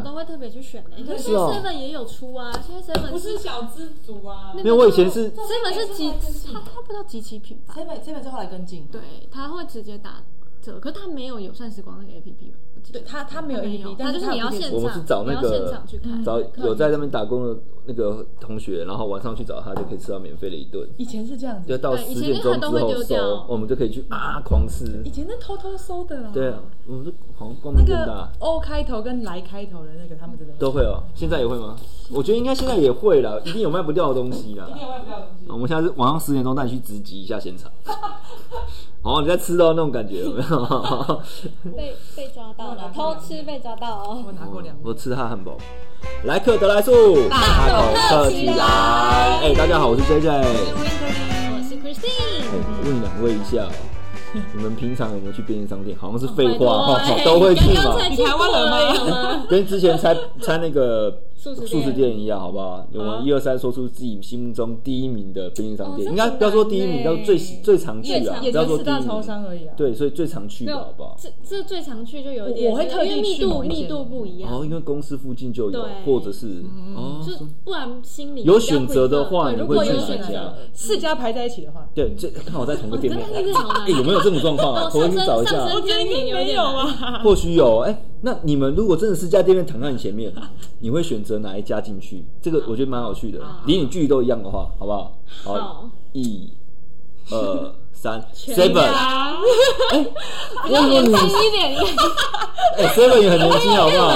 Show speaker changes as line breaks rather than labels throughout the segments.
候会特别去选的，可是
是
现在
哦
seven 也有出啊，现在 seven
不是小资族啊。
那个没
那个
没有，我以前是
，seven 是集，它它不叫集齐品吧？
这本这本是后来跟进，
对，它会直接打折，可它没有友善时光那个 A P P 吧？我记得
对它它没有
它没
APP
有，
但
它
是
就是
它有
你要
地
现场，
点我
我们是找那
你要现
个
场去看，
找
看
有在那边打工的那个同学，然后晚上去找他就可以吃到免费的一顿，
以前是这样
就
子，
到
对以
十
前
点钟
那
之
个都会
后
丢
收
掉，
我们就可以去啊狂吃
以。前是偷偷搜的啦。
对啊，，我们就好像光
那
明正
个
大
O 开头跟来开头的那个，他们真的
都会哦，现在也会吗？我觉得应该现在也会啦，一定有卖不掉的东西啦。
外不要东西。
我们下次晚上十点钟带你去直击一下现场。 好，你在吃到那种感觉有没有？
被被抓到了，偷吃被抓到哦。
我拿过两
我吃他汉堡。莱克德莱素，大口特起来！哎、大家好，我是 JJ。
嗯
我是 Christine，
哎问两位一下、哦，你们平常有没有去便利商店？好像是废
拜托
话哈、
哎
都会去
刚
嘛
刚。才
你
去
台湾
过
人
了
吗
有吗？
跟之 前猜猜那个
素食店啊
素食店一样，好不好？我们一二三说出自己心目中第一名的便利商店，
哦
应该不要说第一名，
这
叫
很
最最常去
最
啊，
常
不
也
要
就
说
四
第
大
一
超商
名。
而已啊。，
对，所以最常去
没
的
有啊
好不好？
这这最常去就有一
我
点，
我会特地
因为密
去
度
某一间
密度不一样，
哦，因为公司附近就有
对，嗯
或者是哦，
就不然心里
有
比较
选择的话
prefer 对
你
如
会
果
去
有
哪
选
一家
择，
四家排在一起的话，
对，这刚好在同个店面。
哦真的是好难
哎，有没有这种状 况啊？
哦
可我去
上升
找一
上
下
升。
我觉得应该没有啊。
或许有哎、那你们如果真的是家店面躺在你前面，你会选择哪一家进去？这个我觉得蛮有趣的，离你距离都一样的话，好不好？
好，
一、二、三
全
，seven，
家
为什么你
一点
哎 seven 也很年轻，好不好？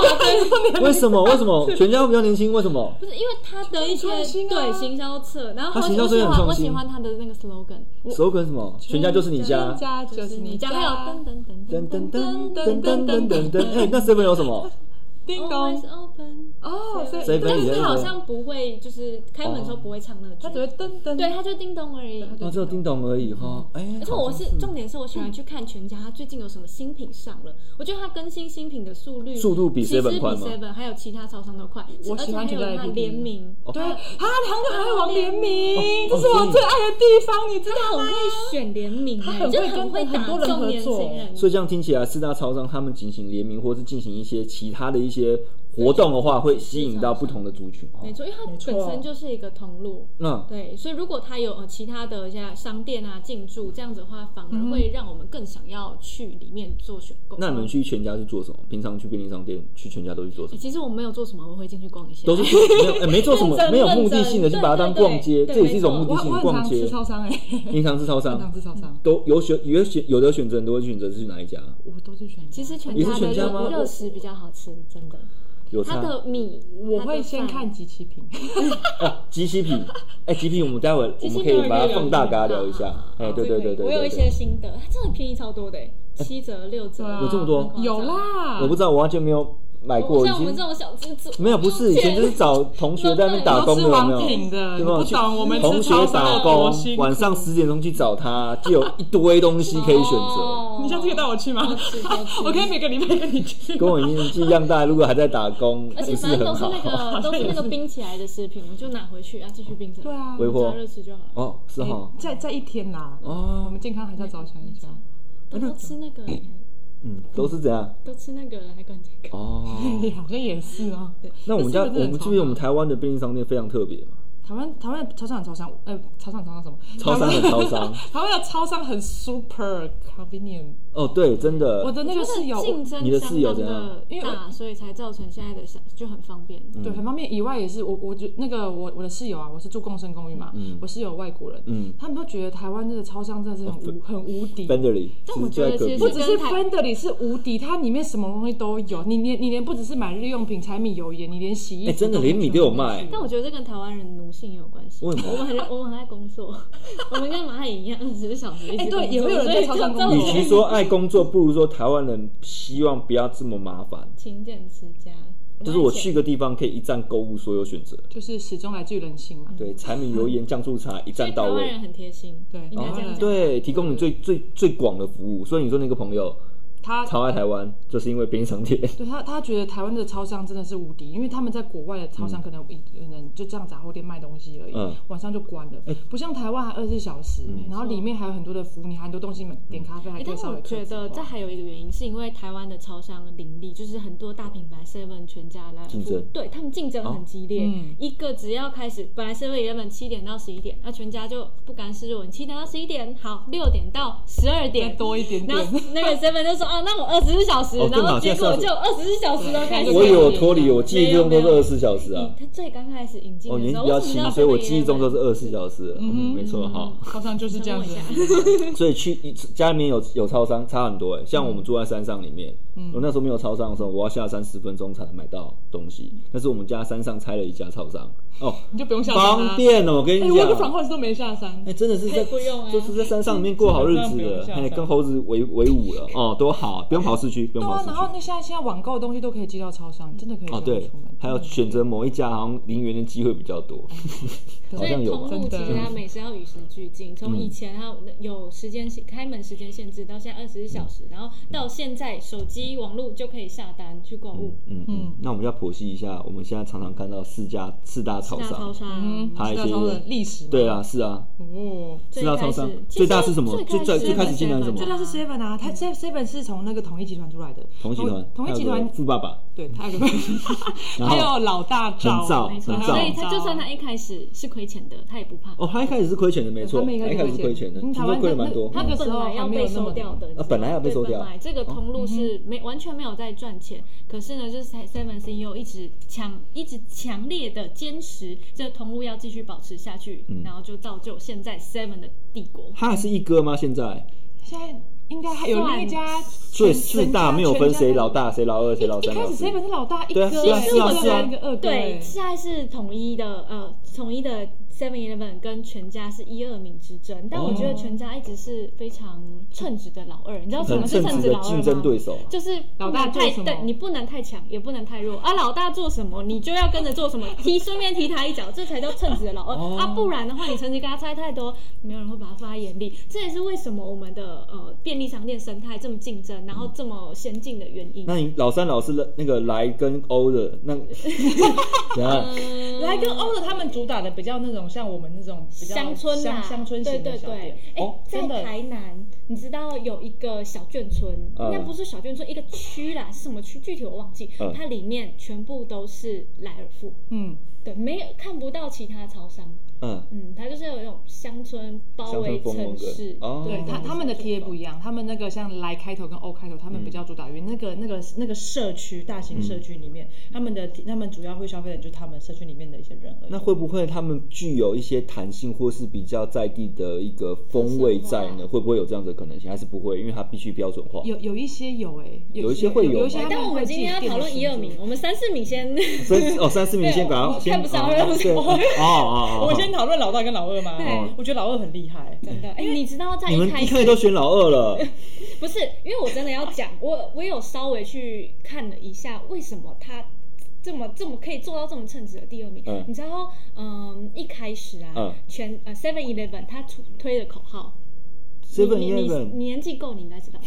对，
为什么？为什么全家比较年轻？为什么？
不是因为他的一些
创新啊
对行销策，然后
他
我
行销
我
策
喜
也很
欢我
创新
喜欢他的那个 slogan，
首梗什么？全家就是你家。
家就是
你
你
家
家，
还有噔噔噔噔
噔噔噔噔噔噔噔噔，哎，那 seven 有什么？
叮
Always
咚
open，
哦，所以
所以
但
跟
是
你
他好像不会，就是开门的时候不会唱那个
哦他只
句，
会噔噔，
对，他就叮咚而已。
哦，只有叮咚而已哈。哎，
而且我是重点是我喜欢去看全家，它最近有什么新品上了，我觉得它更新新品的速率
速度比
其实
7-Eleven 快吗
7-Eleven 还有其他超商都快，
我
而且
喜欢
还
全家
有它
APP
联名，
对啊，韩国还会玩联名，
哦
这是我最爱的地方，你知
它
道
很
吗？
会选联名，
它
哎
很
就
会
很
跟
会
很
打
多人
中
合
年
作
轻人，
所以这样听起来，四大超商他们进行联名，或是进行一些其他的一些活动的话，会吸引到不同的族群。哦
没错，因为它
没错
本身就是一个通路。
那
对，所以如果它有呃其他的一些商店啊进驻这样子的话，反而会让我们更想要去里面做选购。
嗯那你们去全家是做什么？平常去便利商店去全家都去做什
欸
么？
其实我没有做什么，我会进去逛一下。
都是没有、哎没做什么，没有目的性的，就把它当逛街，这也是一种目
我
的性
我
的
很
逛
常
街
吃。超商哎，
平常是超
很常
商
吃超商，
都有选，有选有的选择，你都会选择是去哪一家？
我都是选。
其实全
也是
家的
全家吗
热热食比较好吃，真的。
有
它
差
的米，
我
它的
会先
饭
看集齐品，
哦，集齐品，哎，集品我们待会
集
我
齐
们可
品
以把它放大，
我们可以
大家聊一下
好好。
哎，对对对对，
我有
对
一
对哎
些心得，它真的便宜超多的欸，七折六折，
对啊
有这么多
很夸张
有。啦，
我不知道，我完全没有买过，
我
已
像我们
经
这种小资族，
没有，不是以前就是找同学在那边打工的，
都是
有没
王
有
品？的，
对
你
吧？
不
去
懂我们
同
吃
学
超商
打
有多
工，
辛苦
晚上十点钟去找他，就有一堆东西可以选 择。
哦
你下次可以带我去吗？我可以每个礼拜跟你去。
跟我年纪一样大，如果还在打工，
而
不
且
是
反正
很
都是
好。
那个都是那个冰起来的食品，我就拿回去，然后继续冰着，
对啊，
微
加
波
热吃就好了。
哦，是哈
在在一天啦，
嗯
我
哦，
们健康还是要着想一下。
都都吃那个，
嗯，都是这样
都吃那个还管这个？
哦。
好像也是啊。
那我们家，
但是
我们
真的很超
这边我们台湾的便利商店非常特别嘛，
台湾台湾的超商很超商，呃，超商超商什么？
超商很超商。
台湾的超商很 super convenient。
哦，对，真
我
的，
的那个室友，
竞争
你的室友
相
怎
当
样
的
因为嗯
大，所以才造成现在的想就很方便。
嗯
对，很方便。以外也是，我我觉那个我我的室友啊，我是住共生公寓嘛，我室友外国人，
嗯
他们都觉得台湾这个超商真的是
哦
很无很无敌。
，Benderly，
嗯但我
就
觉
在
得其
隔
实
壁
不只是
跟台
Fender 里是无敌，它里面什么东西都有。你连你连不只是买日用品、柴米油盐，你连洗衣服
哎
都可以
真的连米都有卖
但我觉得这跟台湾人奴性有关系。
为什么
我们很我们很爱工作， 我们跟蚂蚁一样，只是小时一直
哎
工
对
作。
也会有人在超商工作
与其说爱工作，不如说台湾人希望不要这么麻烦。
勤俭持家，
就是我去个地方可以一站购物所有选择，
就是始终来自于人性嘛。
对，柴米油盐酱醋茶
所以
一站
台
到
湾
位
人，很贴心，
对
应该
哦
这样讲。
对，提供你最最最广的服务。所以你说那个朋友，
他
超爱台湾，就是因为便利商
哎
店。
对他，他觉得台湾的超商真的是无敌，因为他们在国外的超商可能、可能就这样杂货店卖东西而已，
嗯
晚上就关了，不像台湾还二十四小时、然后里面还有很多的服务，你还很多东西买，点咖啡还
欸
可以
但是
稍微
我
克
觉
制
得
化
这还有一个原因，是因为台湾的超商林立，就是很多大品牌 Seven 全家来
竞争哦
对他们竞争很激烈。
嗯
一个只要开始，本来 Seven Eleven 七点到十一点，那全家就不甘示弱，你七点到十一点，好，六点到十二
再
点。
多一 点
然
点。
后那个 Seven 就说啊，那我二十四小时，
哦对
然
嘛
后结果
现在是
就二十四小时都开始。
对
我
以为
有脱离，我记忆中
没
都是
有没有
二十四小时啊。
他最刚开始引进
哦，
的
年
时
纪
候，
比较
为什么
轻，
要
所以我
7-Eleven
记忆中都是二十四小时。嗯，没错哈。
超商就是这样子啊
等，嗯
所以去家里面有有超商差很多哎、像我们住在山上里面，
嗯
我那时候没有超商的时候，我要下山十分钟才能买到东西。
嗯
但是我们家山上拆了一家超商，哦，
你就不用下山
方
啦。
便哦，我跟你
哎，
讲，
我个反换都没下山
哎、，真的是在
不用啊
就是在山上里面过好日
嗯
子
这样不
了
用，下
哎、
山
跟猴子为为伍了哦，多好，不用跑市区，不
对
用跑
啊
市，
然后
区。
那现在现在网购的东西都可以寄到超商，真的可以
哦，
不用
对
出门，。
还有选择某一家好像零元的机会比较多， 好
所以
像有
通路
吧。嗯
其
真的
实它美食要与时俱进，从以前它有时间限开门时间限制，到现在二十四小时，然后到现在手机网络就可以下单去购物。
嗯嗯，那我们要剖析一下，我们现在常常看到四家四大
四
嗯超
大超
商，
商，
还有
知道
一
超
些
的历史。
对，啊，是啊，
哦，
四
最
大
开
超
始
商
其实
最大是什么？
最
最最最开始
7-Eleven
进来是
最
什么嗯
最
大？
大是 Seven 啊，它 Seven Seven 是从那个统一集团出来的，
同一集团，
统一集
还有
团
个富爸爸，
对，它有个，
然
还
后
有老大照，
很照
没错，
很照
所以他就算他一开始是亏钱的，他也不怕。
哦，他一开始是亏钱的，没错，他
他们
一
应该
开始是亏钱的，听
嗯台
说
湾
亏了蛮多。
那那
嗯
个时
本
候
来
还
要
没有
被
那么
收掉的，你知道吗
啊本来要被收掉哦
对
嗯
本来这个通路是没完全没有在赚钱，可是呢，就是 Seven CEO 一直强一直强烈的坚持这个通路要继续保持下去，
嗯
然后就造就现在 Seven 的帝国。
他还是一哥吗？现在
现在应该还有另一家
所以四大没有分谁老。大谁老二谁老
全
三老
家一开始
四，
Seven 是老大，一
对
哥
啊
哎，
是啊是啊
一个
是啊
一个二哥
对，
哎，
现在是统一的，呃，统一的 Seven Eleven 跟全家是一二名之争，但我
哦
觉得全家一直是非常称职的老二。你知道什
很
么是
称
称
职
职
的
老二
竞
吗？
争对手啊。
就是不
老大
能
做
太
什么
对你不能太强，也不能太弱啊。老大做什么，你就要跟着做什么，踢 顺便踢他一脚，这才叫称职的老二、
哦
啊！不然的话，你成绩跟他差太多，没有人会把他放在眼里。这也是为什么我们的呃便利商店生态这么竞争，然后这么先进的原因。
嗯
那你老三老四的那个来跟欧的那， 等一下
呃
来跟欧的他们主打的比较那种像我们那种比较
乡村啦，
乡乡村啊
对
型的
对
小
对
店。，
哎、
哦
在
真的
台南，你知道有一个小眷村，
嗯
应该不是小眷村，一个区啦，是什么区？具体我忘记。
嗯
它里面全部都是莱尔富，
嗯，
对，没有看不到其他超商。
嗯，
嗯，它就是有那种乡村包围
乡村风
城
格
市，
哦
对他他们的贴不一样，他们那个像来开头跟 O 开头，他们
嗯
比较主打于那个那个那个社区大型社区里面，他们的他们主要会消费的就是他们社区里面的一些人而已。
那会不会他们具有一些弹性，或是比较在地的一个风味在
特色
呢？会不会有这样的可能性？还是不会？因为它必须标准化。
有有一些有哎、
有一些会有
有一些
哎
他
但
们
我
会
们
自
今
己
天要
定
讨论
型
一二
做
名，我们三四名 先。
三哦，三四名
对
先把
我
它
我
先
看不上
哦
任何
先哦哦哦，
我先讨论老大跟老二
哦
嘛
对，
我觉得老二很厉害。
真的，哎、你知道在
你
一
们
开
一
始
开始都选老 二了，
不是，因为我真的要讲，我我有稍微去看了一下，为什么他这么这么可以做到这么称职的第二名？
嗯
你知道，嗯，一开始啊，
嗯
全呃 Seven Eleven 他出推的口号
seven
你你你
eleven，
你年纪够，你应该知道，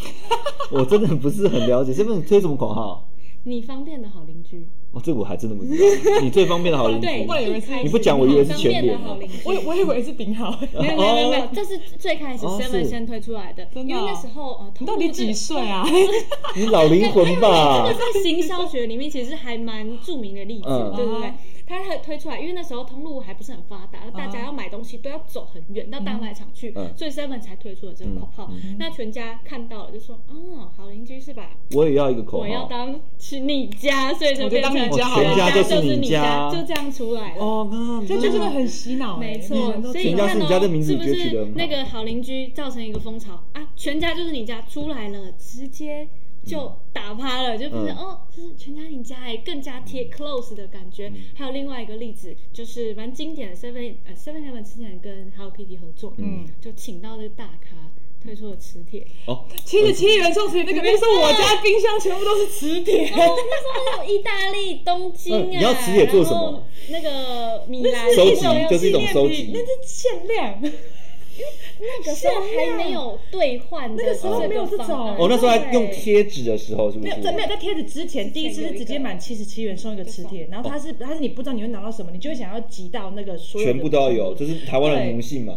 我真的不是很了解 seven 推什么口号。
你方便的好邻居。
哦，这我还真的不知道。你最方便的好邻 居，
对，
我以为
一
是
开始
你不讲我以为是
方
全
便的
脸
好邻居。
我我以为是顶好，
没有没有没有没有
哦，
这是最开始
哦是
Seven 先推出来的，
真
因
的
为
哦
那时候呃，
你
通
到底
路这
几
个
岁啊？
你老灵魂 吧
这个。在行销学里面其实还蛮著名的例子，
嗯
对对对
啊。
它推推出来，因为那时候通路还不是很发达，大家要买东西都要走很远到大卖场去，
嗯
所以 Seven 才推出了这个口号。那全家看到了就说：“哦，好邻居是吧？
我也要一个口号。
我要当是你家，所以就
我就
变
当
成
你家好了
全
全家就是
是
你
你
家
就这样出来了。”
哦，那
这真的很洗脑、欸，
没
每个
错
人，
所
都知
以你
全家是
看
哎你家
哦
这名，字
是
你
不
觉得取得
是
很好
那个好邻居造成一个风潮啊？全家就是你家出来了，直接就打趴了，就不是
嗯
哦，就是全家你家哎，更加贴 close 的感
嗯
觉。还有另外一个例子，就是蛮经典的 Seven 呃 Seven Eleven 之前跟 Hello Kitty 合作，嗯，就请到这个大咖推出了磁 铁，
哦，
七十七元送出去那个，那时候我家冰箱全部都是磁铁，
哦，那时候有意大利、东京啊，
嗯你要磁铁做什么？
那个米兰
收集就是一种收集
那是限量。
那个时候还没有兑换的
那个时候
这
没有这种
方案
哦，那时候还用
对
贴纸的时候，是不
没
是
有，？
嗯
在没有在贴纸之前，第一次是直接满七十七元送一个磁铁，然后它是它是你不知道你会拿到什么，你就会想要集到那个所有的
全部都要有，这是台湾人
对
奴性嘛？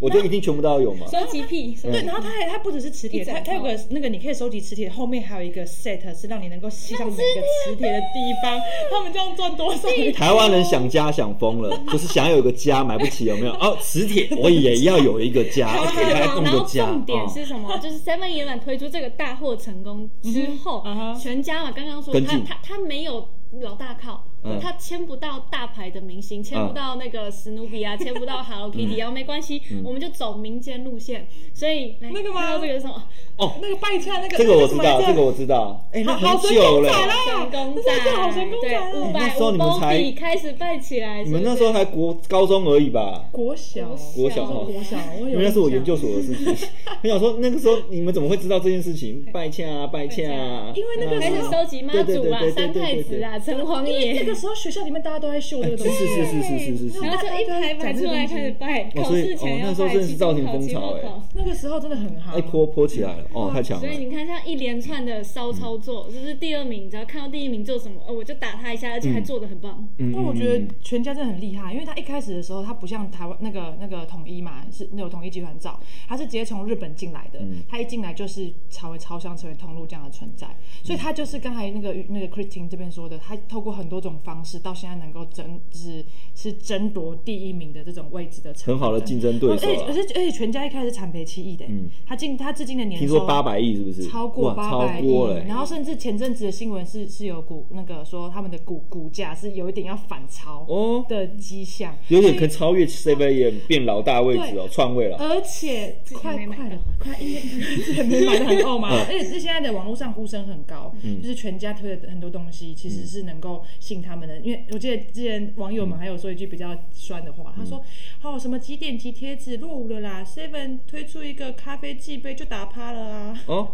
我觉得一定全部都要有嘛。
收集癖，收
对，
集
然后它还它不只是磁铁，
一整
它
套
它有个那个你可以收集磁铁，后面还有一个 set 是让你能够吸上每个磁铁的地 方。他们这样赚多少？
台湾人想家想疯了，就是想要有个家，买不起有没有？哦，磁铁我也要有一个家，而且还要弄
然
个
后
家。
重点
哦
是什么？就是 Seven Eleven 推出这个大获成功之后，
嗯哼
全家嘛，刚刚说
Uh-huh 跟
他
进
他他没有老大靠
嗯。
他签不到大牌的明星，签不到那个史努比啊，
嗯
签不到 Hello Kitty 啊，没关系，我们就走民间路线。所以哎来
那个吗
看到这个是什么？
那个拜菜那个
这个我知
那
道，这
什么来着
个我知道。哎，那
好
很久
好神
了
功。
成功
那
仔，
真的好成功仔 啊
对，五
那
百
时候
五
你们
包
才
币开始办起来。
你们
是不
那
是
时候还国高中而已吧？
国小，
国小
小
哦
国小，我有
因为
印象
那是我研究所的事情。我想说，那个时候你们怎么会知道这件事情？拜恰啊，拜恰啊！
因为那个
开始收集妈祖啊
对对对对对对、
三太子啊、城隍
因哎为那
爷，
个时候学校里面大家都在秀这个东
是
西，
哎是是是是是是
然
是。
后就一排排出来开始拜，
哦
考
所以
试前
哦
要
那时候
拜，
真的是
期
造
中
型
考、
风
期
潮
末
哎
考。
那个时候真的很好
哎，。泼泼起来了！哦，太强了
所！以你看，像一连串的骚操作，就是第二名，只要看到第一名做什么，哦，我就打他一下，而且还做的很棒。
嗯
但我觉得全家真的很厉害，因为他一开始的时候，他不像台湾那个那个统一嘛，是那种统一集团造，他是直接从日本进来的，
嗯
他一进来就是成为超商、成为通路这样的存在，
嗯
所以他就是刚才那个那个 Christine 这边说的，他透过很多种方式，到现在能够争，就是是争夺第一名的这种位置的成
很好的竞争对
而
手
且而
啊！
且而且全家一开始产赔七亿的，他进他至今的年
嗯听
收
说八百亿是不是？
超过
哇
八
超
百亿
过了，，欸
然后甚至前阵子的新闻是是有股那个说他们的股股价是有一点要反超
哦
的迹象，
有点可以超越 Seven 也变老大位置哦，篡位了。
而且快
没买
快
到
的快一年之前没买的很傲嘛，
嗯
而且是现在的网络上呼声很高，就是全家推的很多东西其实
嗯
是能够信他们的，因为我记得之前网友们还有说一句比较酸的话，他说
嗯
哦什么几点几贴纸落伍了啦，Seven 推出一个咖啡寄杯就打趴了啊，
哦，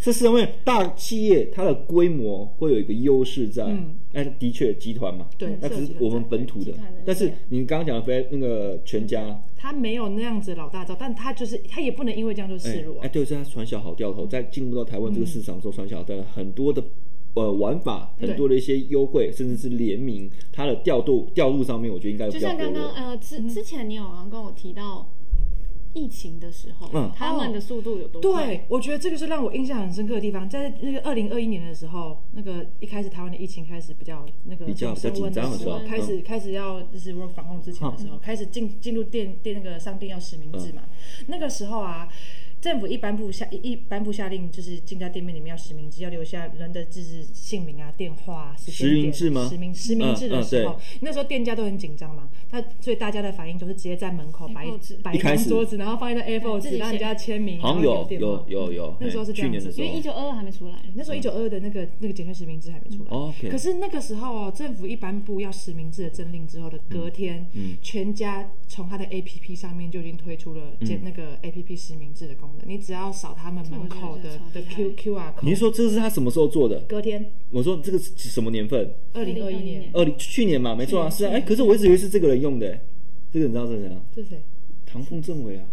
这是因为大企业它的规模会有一个优势在，那、的确集团嘛，
对
那
是有
只是
集团嗯
我们本土的
集团的。
但是你刚刚讲的非那个全家，
他没有那样子老大招，但他就是他也不能因为这样就
哎
示弱、啊
哎，对，所以它传销好掉头，在进入到台湾这个市场的时候，传销的很多的。呃，玩法
对
很多的一些优惠，甚至是联名，它的调度调度上面，我觉得应该
就
比较
像
薄
刚刚
弱。
呃之之前你有好像跟我提到疫情的时候，
嗯
他们的速度有多快？
对，我觉得这个是让我印象很深刻的地方，在那个二零二一年的时候，那个一开始台湾的疫情开始比较那个
比较
升温
比较紧张的
时
时候嗯
候，开始开始要就是 work 防控之前的时候，开始进进入店店那个商店要实名制
嗯
嘛，那个时候啊。政府一颁布下一一颁布下令，就是进到店面里面要实名制，要留下人的自治姓名啊、电话啊、时
实
间
名
点
制吗
实名实名
嗯
制的
嗯
时候，
对
那时候店家都很紧张嘛，他所以大家的反应都是直接在门口摆
A4 纸
摆
一
一
开
张
始
桌子，然后放一张 A4
自
纸，
己
让人
写
家签名，
好像
然后
有
电
有
话
有有，
那时候
嘿
是这
去
样
年的
子
时
因
候
为，一九二二还没出来，
那时候一九二的那个那个简讯实名制还没出来。
哦，OK
可是那个时候哦，政府一颁布要实名制的政令之后的隔天，
嗯
全家从它的 APP 上面就已经推出了
嗯
简、那个 APP 实名制的功能。你只要扫他们门口的
这我觉
的
得超
Q Q R
你
code，
是说这是他什么时候做的？
隔天
我说这个是什么年份？
二零二一年
年，
二零去年嘛，没错啊，是啊，哎、可是我一直以为是这个人用的、这个你知道是谁啊？
这是谁？
唐凤政委啊，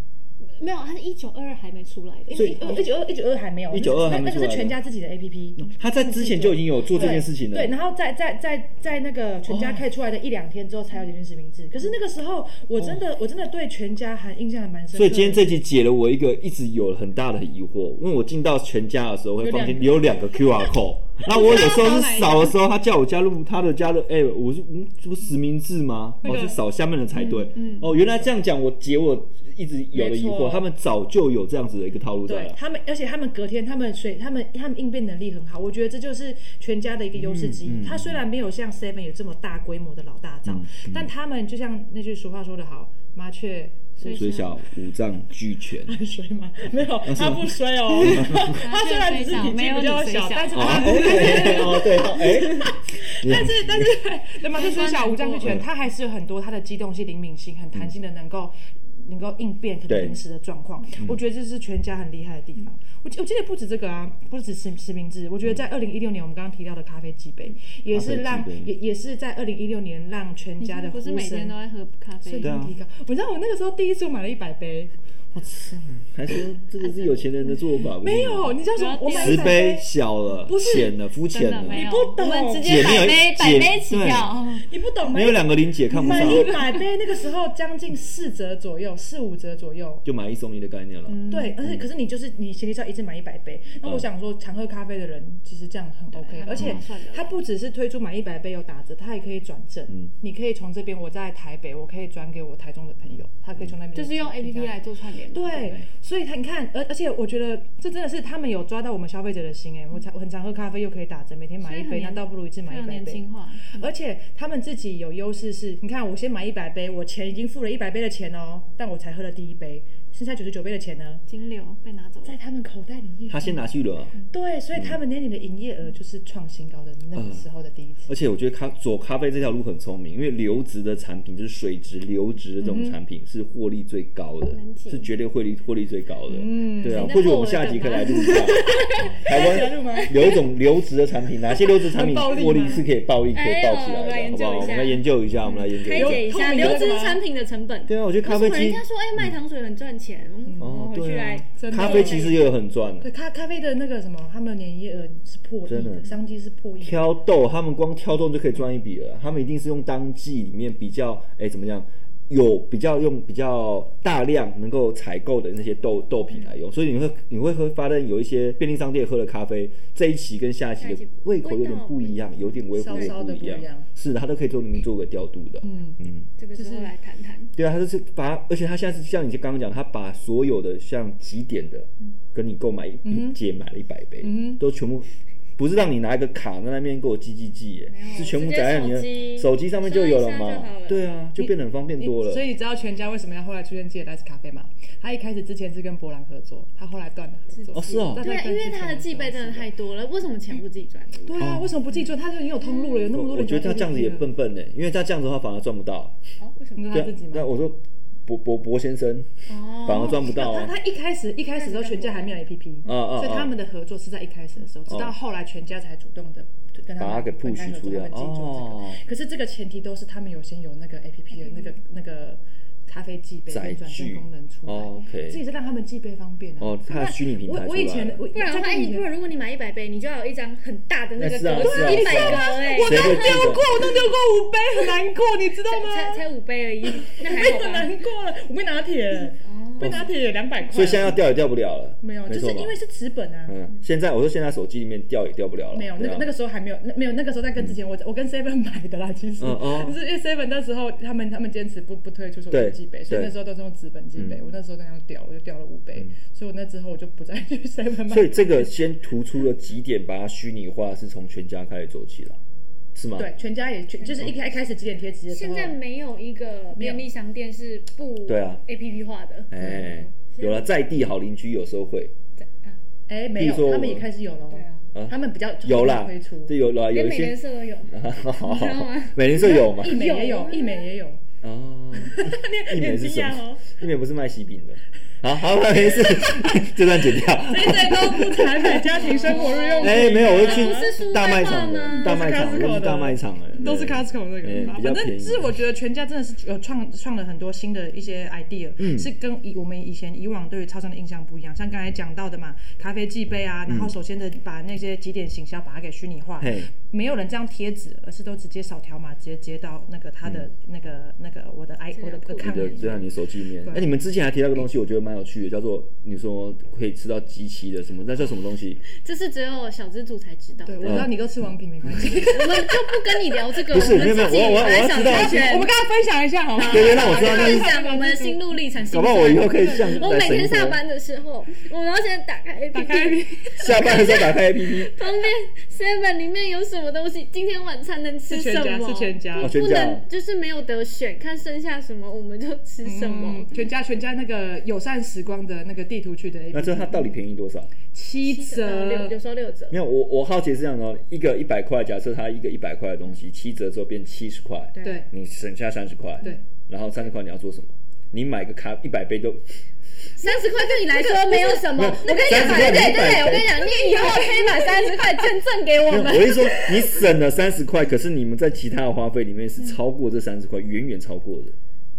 没有，他是一九二二还没出来的。
所以
一九二一九二还没有，
192还没
那那
出
个
来
是全家自己的 APP。
他在之前就已经有做这件事情哦了。
对，对然后在在在在那个全家开出来的一两天之后才有点实名制，可是那个时候我真的、我真的对全家还印象还蛮深
哦
刻的。
所以今天这集解了我一个一直有很大的疑惑，因为我进到全家的时候会发现有两个 QR code，那我有时候是扫的时候，他叫我加入他的加入，哎、我是嗯，这不实名制吗？我、
那个
是扫下面的才对。哦，原来这样讲，我解我一直有的疑
没
惑，
错
他们早就有这样子的一个套路在
对
了。
他们，而且他们隔天，他们所以他们他们应变能力很好，我觉得这就是全家的一个优势之
嗯
一。他虽然没有像 Seven 有这么大规模的老大造，
嗯
但他们就像那句俗话说得好，麻雀
所以小五脏俱全。
衰吗？没有，他不衰哦。 他虽然只是体积比较小，但是
哦，
他
哎、哎 哦，对，哦哎、
但是 但是，对麻雀虽小，
难过
五脏俱全，它还是有很多它的机动性、灵敏性、很弹性的，能够能够应变可
对嗯
能临时的状况。我觉得这是全家很厉害的地方。我记我记得不止这个啊，不止实实名制，我觉得在二零一六年我们刚刚提到的咖啡机杯，也是
咖
让
啡机杯
也也是在二零一六年让全家的
不
呼
是
声
每天都在喝咖啡
对
吗，
啊
提高。我知道我那个时候第一次我买了一百杯，
我操，还说这个是有钱人的做法？
没有，你知道什么？我买一
啊十
百
杯小了，
不是
浅了，肤
真
浅
的
了，
没有，
不懂
我们直
姐
接
妹
百
有
杯
姐
百杯起跳，
你不懂，
没有两个零姐看不
买
上，
一百杯，那个时候将近四折左右，四五折左右。
就买一送一的概念了。
嗯
对，而且可是你就是你前提是要一次买一百杯。那我想说，常喝咖啡的人其实这样很 OK，而且
划算的嗯
它不只是推出买一百杯有打折，它还可以转赠。你可以从这边，我在台北，我可以转给我台中的朋友，他可以从那边
就是用 A P P 来做串联。
对，所以他你看，而而且我觉得这真的是他们有抓到我们消费者的心哎、我常我很常喝咖啡又可以打折，每天买一
所以很
杯，那
年
倒不如一次买
非
一
常
百
年
杯
轻。化，
而且他们自己有优势是，你看我先买一百杯，我钱已经付了一百杯的钱哦，但我才喝了第一杯，剩下九十九杯的钱呢，
金流被拿走了
在。他们口袋里面。
他先拿去了啊，
嗯
对，所以他们那年的营业额就是创新高的那个时候的第一次。
而且我觉得咖走咖啡这条路很聪明，因为流质的产品就是水质、流质的这
嗯
种产品是获利最高的，是绝对获利获利最高的。嗯，对啊，
在
或许
做
我们
我的
下集可
梗
以
吗
来录一下 台湾有一种流质的产品，哪些流质 产品
暴利吗
获利是可以暴利可以
哎
爆
呦
起
我来
来的，好
研
不
究
好？
一
我们
下
来研究一下，我们来研究
开
一下。
解一下
有
流质产品的成本。
对啊，我觉得咖
为什
啡
么人
机
家说，哎、卖糖水很赚钱，嗯，
哦
我，回去
对
来
啊，
真的
咖啡其实也有很赚的
对，。咖咖啡的那个什么，他们年营业额是破亿
真的
商机是破亿的。
挑豆，他们光挑豆就可以赚一笔了。他们一定是用当季里面比较，哎、怎么样，有比较用比较大量能够采购的那些豆豆品来用，所以你会你会会发现有一些便利商店喝的咖啡，这一期跟下一期
下一
的
期
胃口有点
味道
不一样，有点微乎
稍稍
不
地不一样
是的，它都可以做里面做个调度的。
嗯
嗯，
这个时候来谈谈。
对啊，他就是把，而且他现在是像你刚刚讲，他把所有的像几点的，
嗯
跟你购买一姐买了一百杯，都全部不是让你拿一个卡在那边给我记记记耶，是全部载在你
直接
的
手机
手机上面就有了
刷一下就好
嘛
了。
对啊，就变得很方便
你
多了
所。以你知道全家为什么要后来出现自己的 Ice 咖啡吗？他一开始之前是跟博朗合作，他后来断了合作。
哦是哦哦
在
对啊，
在
因为他的
之前
寄备真的太多了，为什么钱不自己赚？
嗯
对啊，为什么不自己做？他就已经有通路了，有那么多
我
人。
觉得他这样子也笨
笨。
笨的，因为他这样子的话反而赚不到。
哦，为什
你
么？
说
对
他
啊
自己，吗
那？我说博博博先生反而赚不到
他
啊。
他一开始一开始的时候，全家还没有 APP，
啊啊啊哦
所以他们的合作是在一开始的时候，直到后来全家才主动的跟他
把它
们
给
分开
push
合
出
作，他
来
们自己做
哦
这个。可是这个前提都是他们有先有那个 APP 的那个那个咖啡寄杯
载
跟转正
具
功能出
哦
来，
，OK
这也是让他们寄杯方便啊。
哦他的虚拟平台
我我以
出来
前
了
我
不然的话，
在
哎，
以前
不然如果你买一百杯，你就要有一张很大的那个
哎是啊
格
是
子
啊，
一百
是啊
格哎，
我
谁
弄
会记
丢
得
过，我弄丢过五杯，很难过，你知道吗？
才才五杯而已， 那还好吧？嗯
太难过了，我被拿铁，被拿铁两百块。
所以现在要掉也掉不了了。
没有，
没
就
错
是
吧
因为是纸本啊。
嗯，现在我说现在手机里面掉也掉不了了。
没有，那
对
个
啊
那个时候还没有，那没有那个时候在跟之前，我我跟 Seven 买的啦，其实，
嗯哦
就是因为 Seven 那时候他们他们坚持不不推出手
对嗯
机寄杯，所以
对
那时候都是用纸本寄杯。我那时候那样掉，我就掉了五杯，所以我那之后我就不再 去 Seven 买
嗯所。以这个先突出了几点，把它虚拟化，是从全家开始走起了，是吗？
对，，全家也全就是一开开始几点贴纸的时
现
候，
在没有一个便利商店是不
对啊
A P P 化的，
哎、有了在地好邻居，有时候会
啊
哎没
比如说
有，
我
他们也开始有了
对啊，
啊
他们比较
有啦
推出，，
这有啦，有
连
一
美联
些，
社都有，
美联社有 嘛？
一美也有，
有啊
一美也有。
哦，一美是什
很惊讶
么
哦？
一美不是卖喜饼的。好好，没事， 这段剪掉。
这一都 不产买家庭生活日用品，
哎、没有，我就
不是
去
蔬菜
大卖场
化
的，
吗
大卖场，
都是 Costco
我去大
的
卖场哎，
都是
对
Costco 那
哎
个，
比较
反
便
正
宜
是我觉得全家真的是有创创了很多新的一些 idea，、是
嗯
跟以我们以前以往对于超商的印象不一样。像刚才讲到的嘛，咖啡寄杯啊，然后首先的把那些几点行销把它给虚拟化
嗯嘿，
没有人这样贴纸，而是都直接扫条码直接接到那个他
嗯
的、那个那个我的 i 我的
你
看
的就在你手机里面。哎、你们之前还提到一个东西，我觉得蛮有趣的，叫做你说可以吃到机器的什么，那叫什么东西？
这是只有小资主才知道。
对，我
嗯
知道你都吃王品没关 系。
我们就不跟你聊这个，
不是
我们自
没
己
有没有我我我要
来
知
想
道
一
我
圈
们，刚刚分享一下好吗？
对对，让我知道那
分
是。
享我们的心路历程。
搞不好我以后可以像
我
来
每天
神
下
偷
班的时候，我然后现在打开 A P P，
下班的时候打开 APP，
旁边 Seven 里面有什么东西，今天晚餐能吃什
是全家，
么？
是全家。
哦，全
不
家
能就是没有得选，看剩下什么我们就吃什么
嗯。，全家全家那个友善时光的那个地图区的 A
那
P
这
P
它到底便宜多少？
七
六
折，
有时候六折，
没有，我我好奇是这样的哦，一个一百块，假设它一个一百块的东西，七折之后变七十块，
对，
你省下三十块，
对，
然后三十块你要做什么？你买个咖一百杯都
三十块对你来说没有什 么。我跟你讲，
30
对
块
对
你一百
对，我跟你讲，你以后可以把三十块捐赠给我
没有，
们。
我是说你省了三十块，可是你们在其他的花费里面是超过这三十块，远远超过的，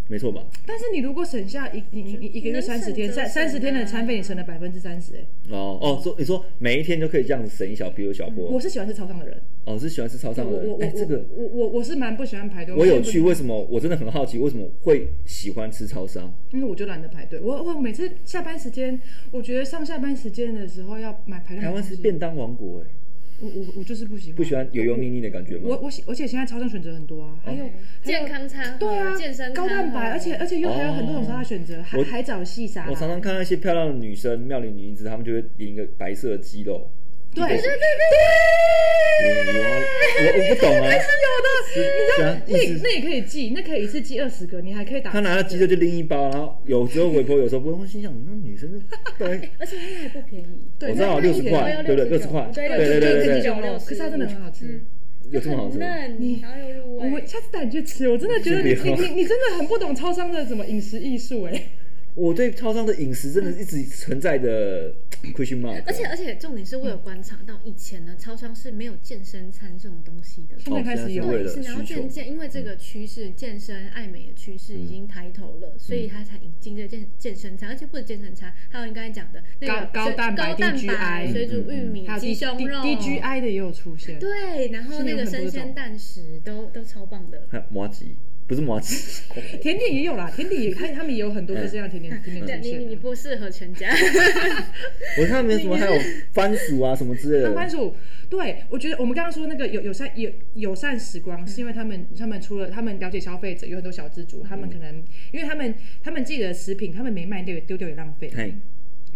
没错吧？
但是你如果省下一你你你一个月
能省
三十天，
则
三
省
三十天的
啊
餐费你省了百分之三十，哎，
哦哦，说你说每一天都可以这样子省一小批有小波，
我是喜欢吃超商的人，
哦是喜欢吃超
我
商的
我
人，
我
哎、这个
我我我我是蛮不喜欢排队，
我有去，为
问，
什么我真的很好奇，为什么会喜欢吃超商？
因为我就懒得排队，我我每次下班时间，我觉得上下班时间的时候要买排队买
台
东
湾
西，
是便当王国、哎，
我我我就是不喜欢，
不喜欢油油腻腻的感觉吗？
我我喜，而且现在超商选择很多啊，还有
健。康餐盒，
对啊，
健身餐
高
盒
蛋白，而且而且又还有很多种沙拉选择，海
哦我
海藻细沙拉。
我常常看到一些漂亮的女生，妙龄女子，她们就会淋一个白色的鸡肉。
对对对
我我我不懂啊，有的，
那
你知道
那也可以寄，那可以一次寄二十个，你还可以打。
他拿了鸡肉就拎一包，然后有时候微波，有时候不用，我心想那女生到底
而且它还不便宜，
对，
我知道
那
六十块，对不对？六十块，对对对对对，
那也可以可是它真的很好吃。
有这么 好吃？
嗯
嫩，然后又入
我
味。
下次带你去吃，我真的觉得你
先不
你
要
你你真的很不懂超商的什么饮食艺术哎。
我对超商的饮食真的一直存在的 question mark。
而且而且重点是
嗯
我有观察到，以前呢超商是没有健身餐这种东西的。
现在开始有
为
对，
了
是然后
需求
渐，渐因为这
嗯
个趋势，健身爱美的趋势已经抬头了，所
嗯
以它才引进这个健健身餐，而且不止健身餐，还有你刚才讲的那个
高高
水
蛋白
高蛋
DGI
白水煮玉米
嗯还、有
鸡
D
胸
D
肉、
D G I 的也有出现，
对，然后那
现在有
个
很多
生
种
鲜蛋食都都超棒的。
还有麻吉，不是麻 吉，
甜点也有啦，甜点也看他们也有很多就这样甜点甜点
对
出
你你你
现。
不适合全家，
我看没有什么，还有番薯啊什么之类
那番
的。
薯，对我觉得我们刚刚说那个友友善友友善时光，是因为他们他们除了他们了解消费者，有很多小资主，他们可能因为他们他们自己的食品，他们没卖丢丢掉也浪费，
嘿，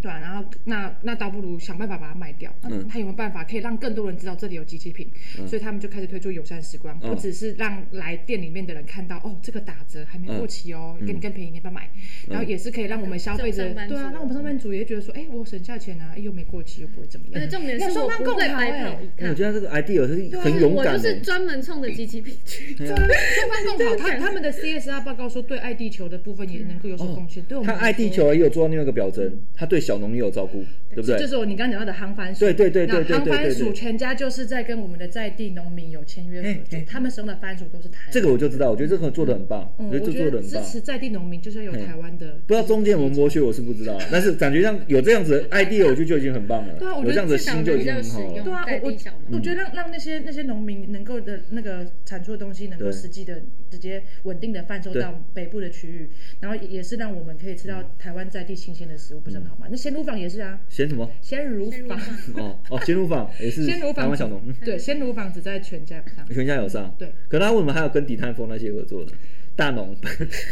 对啊，然后那那倒不如想办法把它卖掉。
嗯
嗯，他有没有办法可以让更多人知道这里有机器品？所以他们就开始推出友善时光，
嗯
不只是让来店里面的人看到哦，这个打折还没过期哦，给你更便宜，你要不要买？然后也是可以让我们消费者
这种上班族
对啊，让我们上班族也觉得说，哎，我省下钱啊，哎又没过期，又不会怎么
而且
样。
重点是我
两双
不
棒
会
更好
白跑
欸
一
我
趟。
觉得这个 idea 是
啊
很勇
我
敢欸
就
的
是。专门冲着机器品 去，
对啊，上班更好。他他们的 CSR 报告说，对爱地球的部分也能够有所贡献。对我们
他
来说
爱地，球也有做到另外一个表征，他对小农也有照顾，对不对？
就是我你刚刚讲到的夯番薯，
对对对对对对
那夯番
对对
薯
对
全家就是在跟我们的在地农民有签约合
嘿
作
嘿，
他们使用的番薯都是台湾
这个我就知道，我觉得这个做的很棒，
嗯
我觉得
我
这
觉
做
得
的很
支
棒。
持在地农民就是要有台湾的。
不知道中间有没有剥削，我是不知道，但是感觉像有这样子的 idea，我觉得就已经很棒了。
对啊我
有
觉得
这样子的
至少
心就已
比
经
较
很
实
好了。
用
对啊，
在
我
地小
我
农
我觉得让让那些那些农民能够的那个产出的东西能够
对
实际的直接稳定的贩售
对
到北部的区域，然后也也是让我们可以吃到台湾在地新鲜的食物，不是很好吗？那鲜乳坊也是啊，
咸什么？
鲜乳坊，
哦哦，鲜乳坊也 是
鲜乳
台
坊
湾小农，嗯
对，鲜乳坊只在全家上。
全家有上。
对，
可他为什么还要跟低碳风那些合作呢？大农、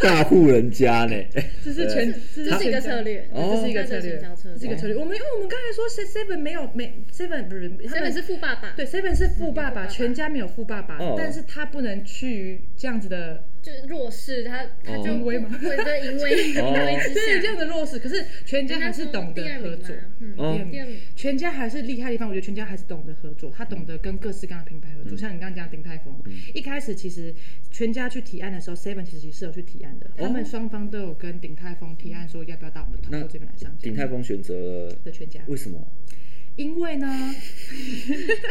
大户人家 呢？
这是全，哦
这是一个策略，
这是一个策略，这是一个策略。我们因为我们刚才说 seven 没有没 seven 不是他们
，seven 是富爸爸，
对 seven 是富爸爸，全家没有富爸爸
哦，
但是他不能趋于这样子的
就是弱势，他他就
淫
不
威吗
对对，淫威淫威之
对这
下
样，的弱势，可是全家还是懂得合作。
嗯，
哦
第
第
二
二
名
名
全家还是厉害的地方，我觉得全家还是懂得合作，他懂得跟各式各样的品牌
嗯
合作。像你刚刚讲鼎泰丰，一开始其实全家去提案的时候，Seven 其实是有去提案的，他们双方都有跟鼎泰丰提案说要不要到我们投
哦那
购这边来上
鼎
架
泰丰选择
的全家，
为什么？
因为
嗯
呢，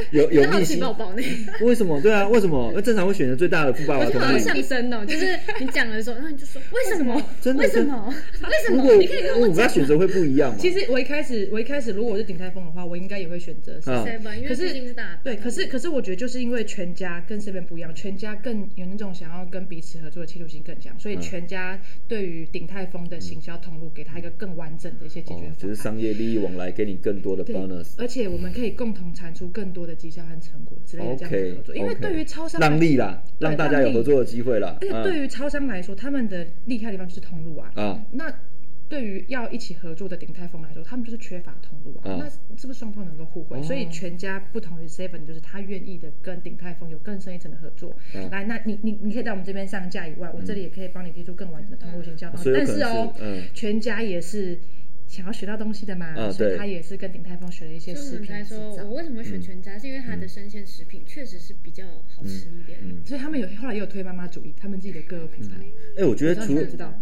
有有
好
逆
奇
心？
宝宝呢？
为什么？对啊，为什么？那正常会选择最大的富爸爸
就
同
好像
意。
上身哦，就是你讲的时候，然后你就说为什么？
真的
为什么？为什
如
么
果？啊
你可以跟
我
我
们
讲
他选择会不一样嘛？
其实我一开始我一开始如果我是鼎泰丰的话，我应该也会选择
啊
seven，因为
可是
毕竟是大
对，可是可是我觉得就是因为全家跟 seven 不一样，全家更有那种想要跟彼此合作的企图心更强，
嗯
所以全家对于鼎泰丰的行销通路给他一个更完整的一些解决
哦，就是
方案。
商业利益往来，给你更多的
对
bonus。
而且我们可以共同产出更多的绩效和成果之类的这样的
OK，
合作因为
OK
对于超商来
让利啦，
对
让大家有
让利
合作的机会啦。
而且
嗯
对于超商来说，他们的厉害的地方就是通路啊。
啊，
那对于要一起合作的鼎泰丰来说，他们就是缺乏通路啊。
嗯哦
那是不是双方能够互惠？所以全家不同于 Seven，就是他愿意的跟鼎泰丰有更深一层的合作。
嗯
来，那你你你可以在我们这边上架以外，我这里也可以帮你提出更完整的通路行销
哦
方案。
所以有
但
可能
哦
是，嗯
全家也是。想要学到东西的嘛，
嗯
所以
对
他也是跟鼎泰丰学了一些
所以我
食
们
品
才
制
说，
造
我。为什么会
嗯
选全家，是因为它的生鲜食品确实是比较好吃一点。
嗯
所以他们有后来也有推妈妈主义，他们自己的各个品牌，
哎、我觉得除
我知 道。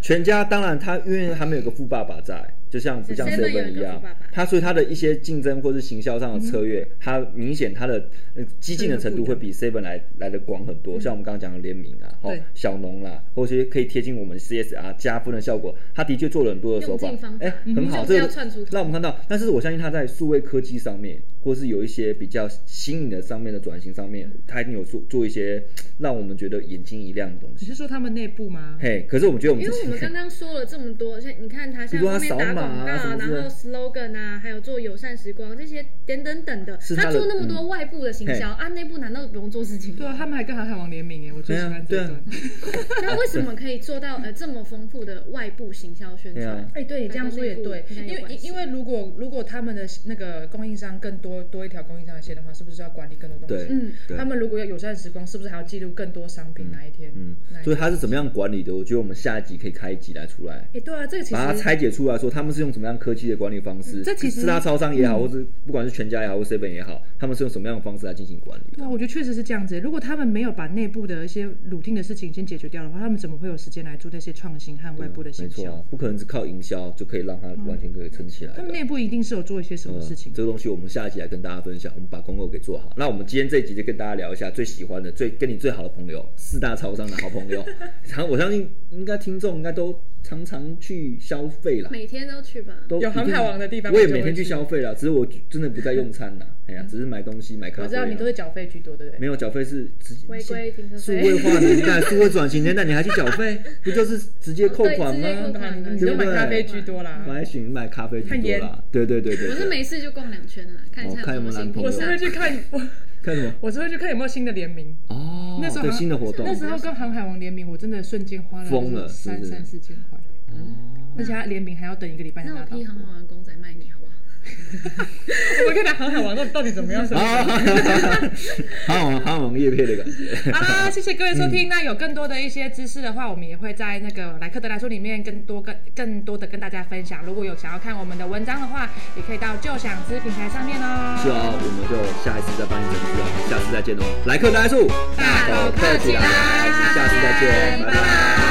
全家，当然他因为他们有个富爸爸在，就像不像
Seven 有一个
seven 一样
富爸嗯爸，
他所以他的一些竞争或是行销上的策略，他明显他的呃激进的程度会比 seven 来来的广很
嗯
多。像我们刚刚讲的联名啊，吼
对
小农啦，或者是可以贴近我们 CSR 加分的效果，他的确做了很多的手法
用尽方，法
哎、
嗯
很好，
就是
这
要
个
串出头
让我们看到。但是我相信他在数位科技上面，或是有一些比较新颖的上面的转型上面，他一定有做做一些让我们觉得眼睛一亮的东
你
西
是。说他们内部吗？
嘿，可是我们觉得我们
嗯因
自
为
己
我们刚刚说了这么多，像你看它像后面打
啊
广告，啊然后 slogan 啊，还有做友善时光这些等等等的，他做那么
嗯
多外部的行销，啊内部难道不用做事情
对
吗？
啊，他们还跟航海王联名耶，我最喜欢这
对
一
啊
段。
那为什么可以做到呃这么丰富的外部行销宣
啊
传？
哎、对你这样说也对，
反正内部应该有
因为
关系
因为如果如果他们的那个供应商更多多一条供应商的线的话，是不是要管理更多东
对，
西？
嗯
对
他们如果要友善时光，是不是还要记录更多商品？哪一天？
嗯
哪，一
所以
天？
他是怎么样管理的？我觉得我们下一集可以开一集来出来，
哎、对啊，这个其
把它
实嗯
拆解出来说他们是用什么样科技的管理方式，
这其实嗯
是大超商也好，或是不管是全家也好，或 seven 也好，他们是用什么样的方式来进行管理
对？啊，我觉得确实是这样子耶。如果他们没有把内部的一些 routine 的事情先解决掉的话，他们怎么会有时间来做那些创新和外部的
没
行
错
销？嗯
啊，不可能只靠营销就可以让它完全可以撑起来
他
的嗯
们。内部一定是有做一些什么事情。
这个东西我们下一集来跟大家分享，我们把公购给做好。那我们今天这一集就跟大家聊一下最喜欢的、最跟你最好的朋友，四大超商的好 朋友。然后我相信应该听众应该都常常去消费啦，
每天都去吧。
都
有
一定
航海王的地方
我也
我就
每天
会
去
去
消费了，只是我真的不在用餐啦，哎呀，只是买东西买咖啡啊。
我知道你都是缴费居多，对不对？
没有缴费是直
违规停车费
数位化年代，数位转型年代，你还去缴费，不就是直接扣
对，
款
直接扣
吗？
款了，
你
嗯对
都
不
买
对
咖啡居多啦。
买选买咖啡居
看
多
烟
啦，对对对对。
我是
对
没事就逛两圈啊，看一
哦
下
看有
有
没有
什么
男
新
朋
品
友
我是
上。
会去看，我
看什么？
我是会去看有没有新的联名。
哦，
那时候
对
好
新的活动，
那时候跟航海王联名，我真的瞬间花了
疯了是
三
不是嗯
三四千块，而且他联名还要等一个礼拜才
那
拿
我
到。
批航海王公仔卖你好不好？
我跟你讲航海王到底到底怎 么样？
啊，好网好网叶配的感觉。
好啦，谢谢各位收听。那有更多的一些知识的话，我们也会在那个莱克德来说里面更多更更多的跟大家分享。如果有想要看我们的文章的话，也可以到就想知平台上面哦。
是哦，我们就下一次再帮你整理哦，下次再见哦。来客大树，
大头
客
客
气
气
啦
啦，
下次再见，拜拜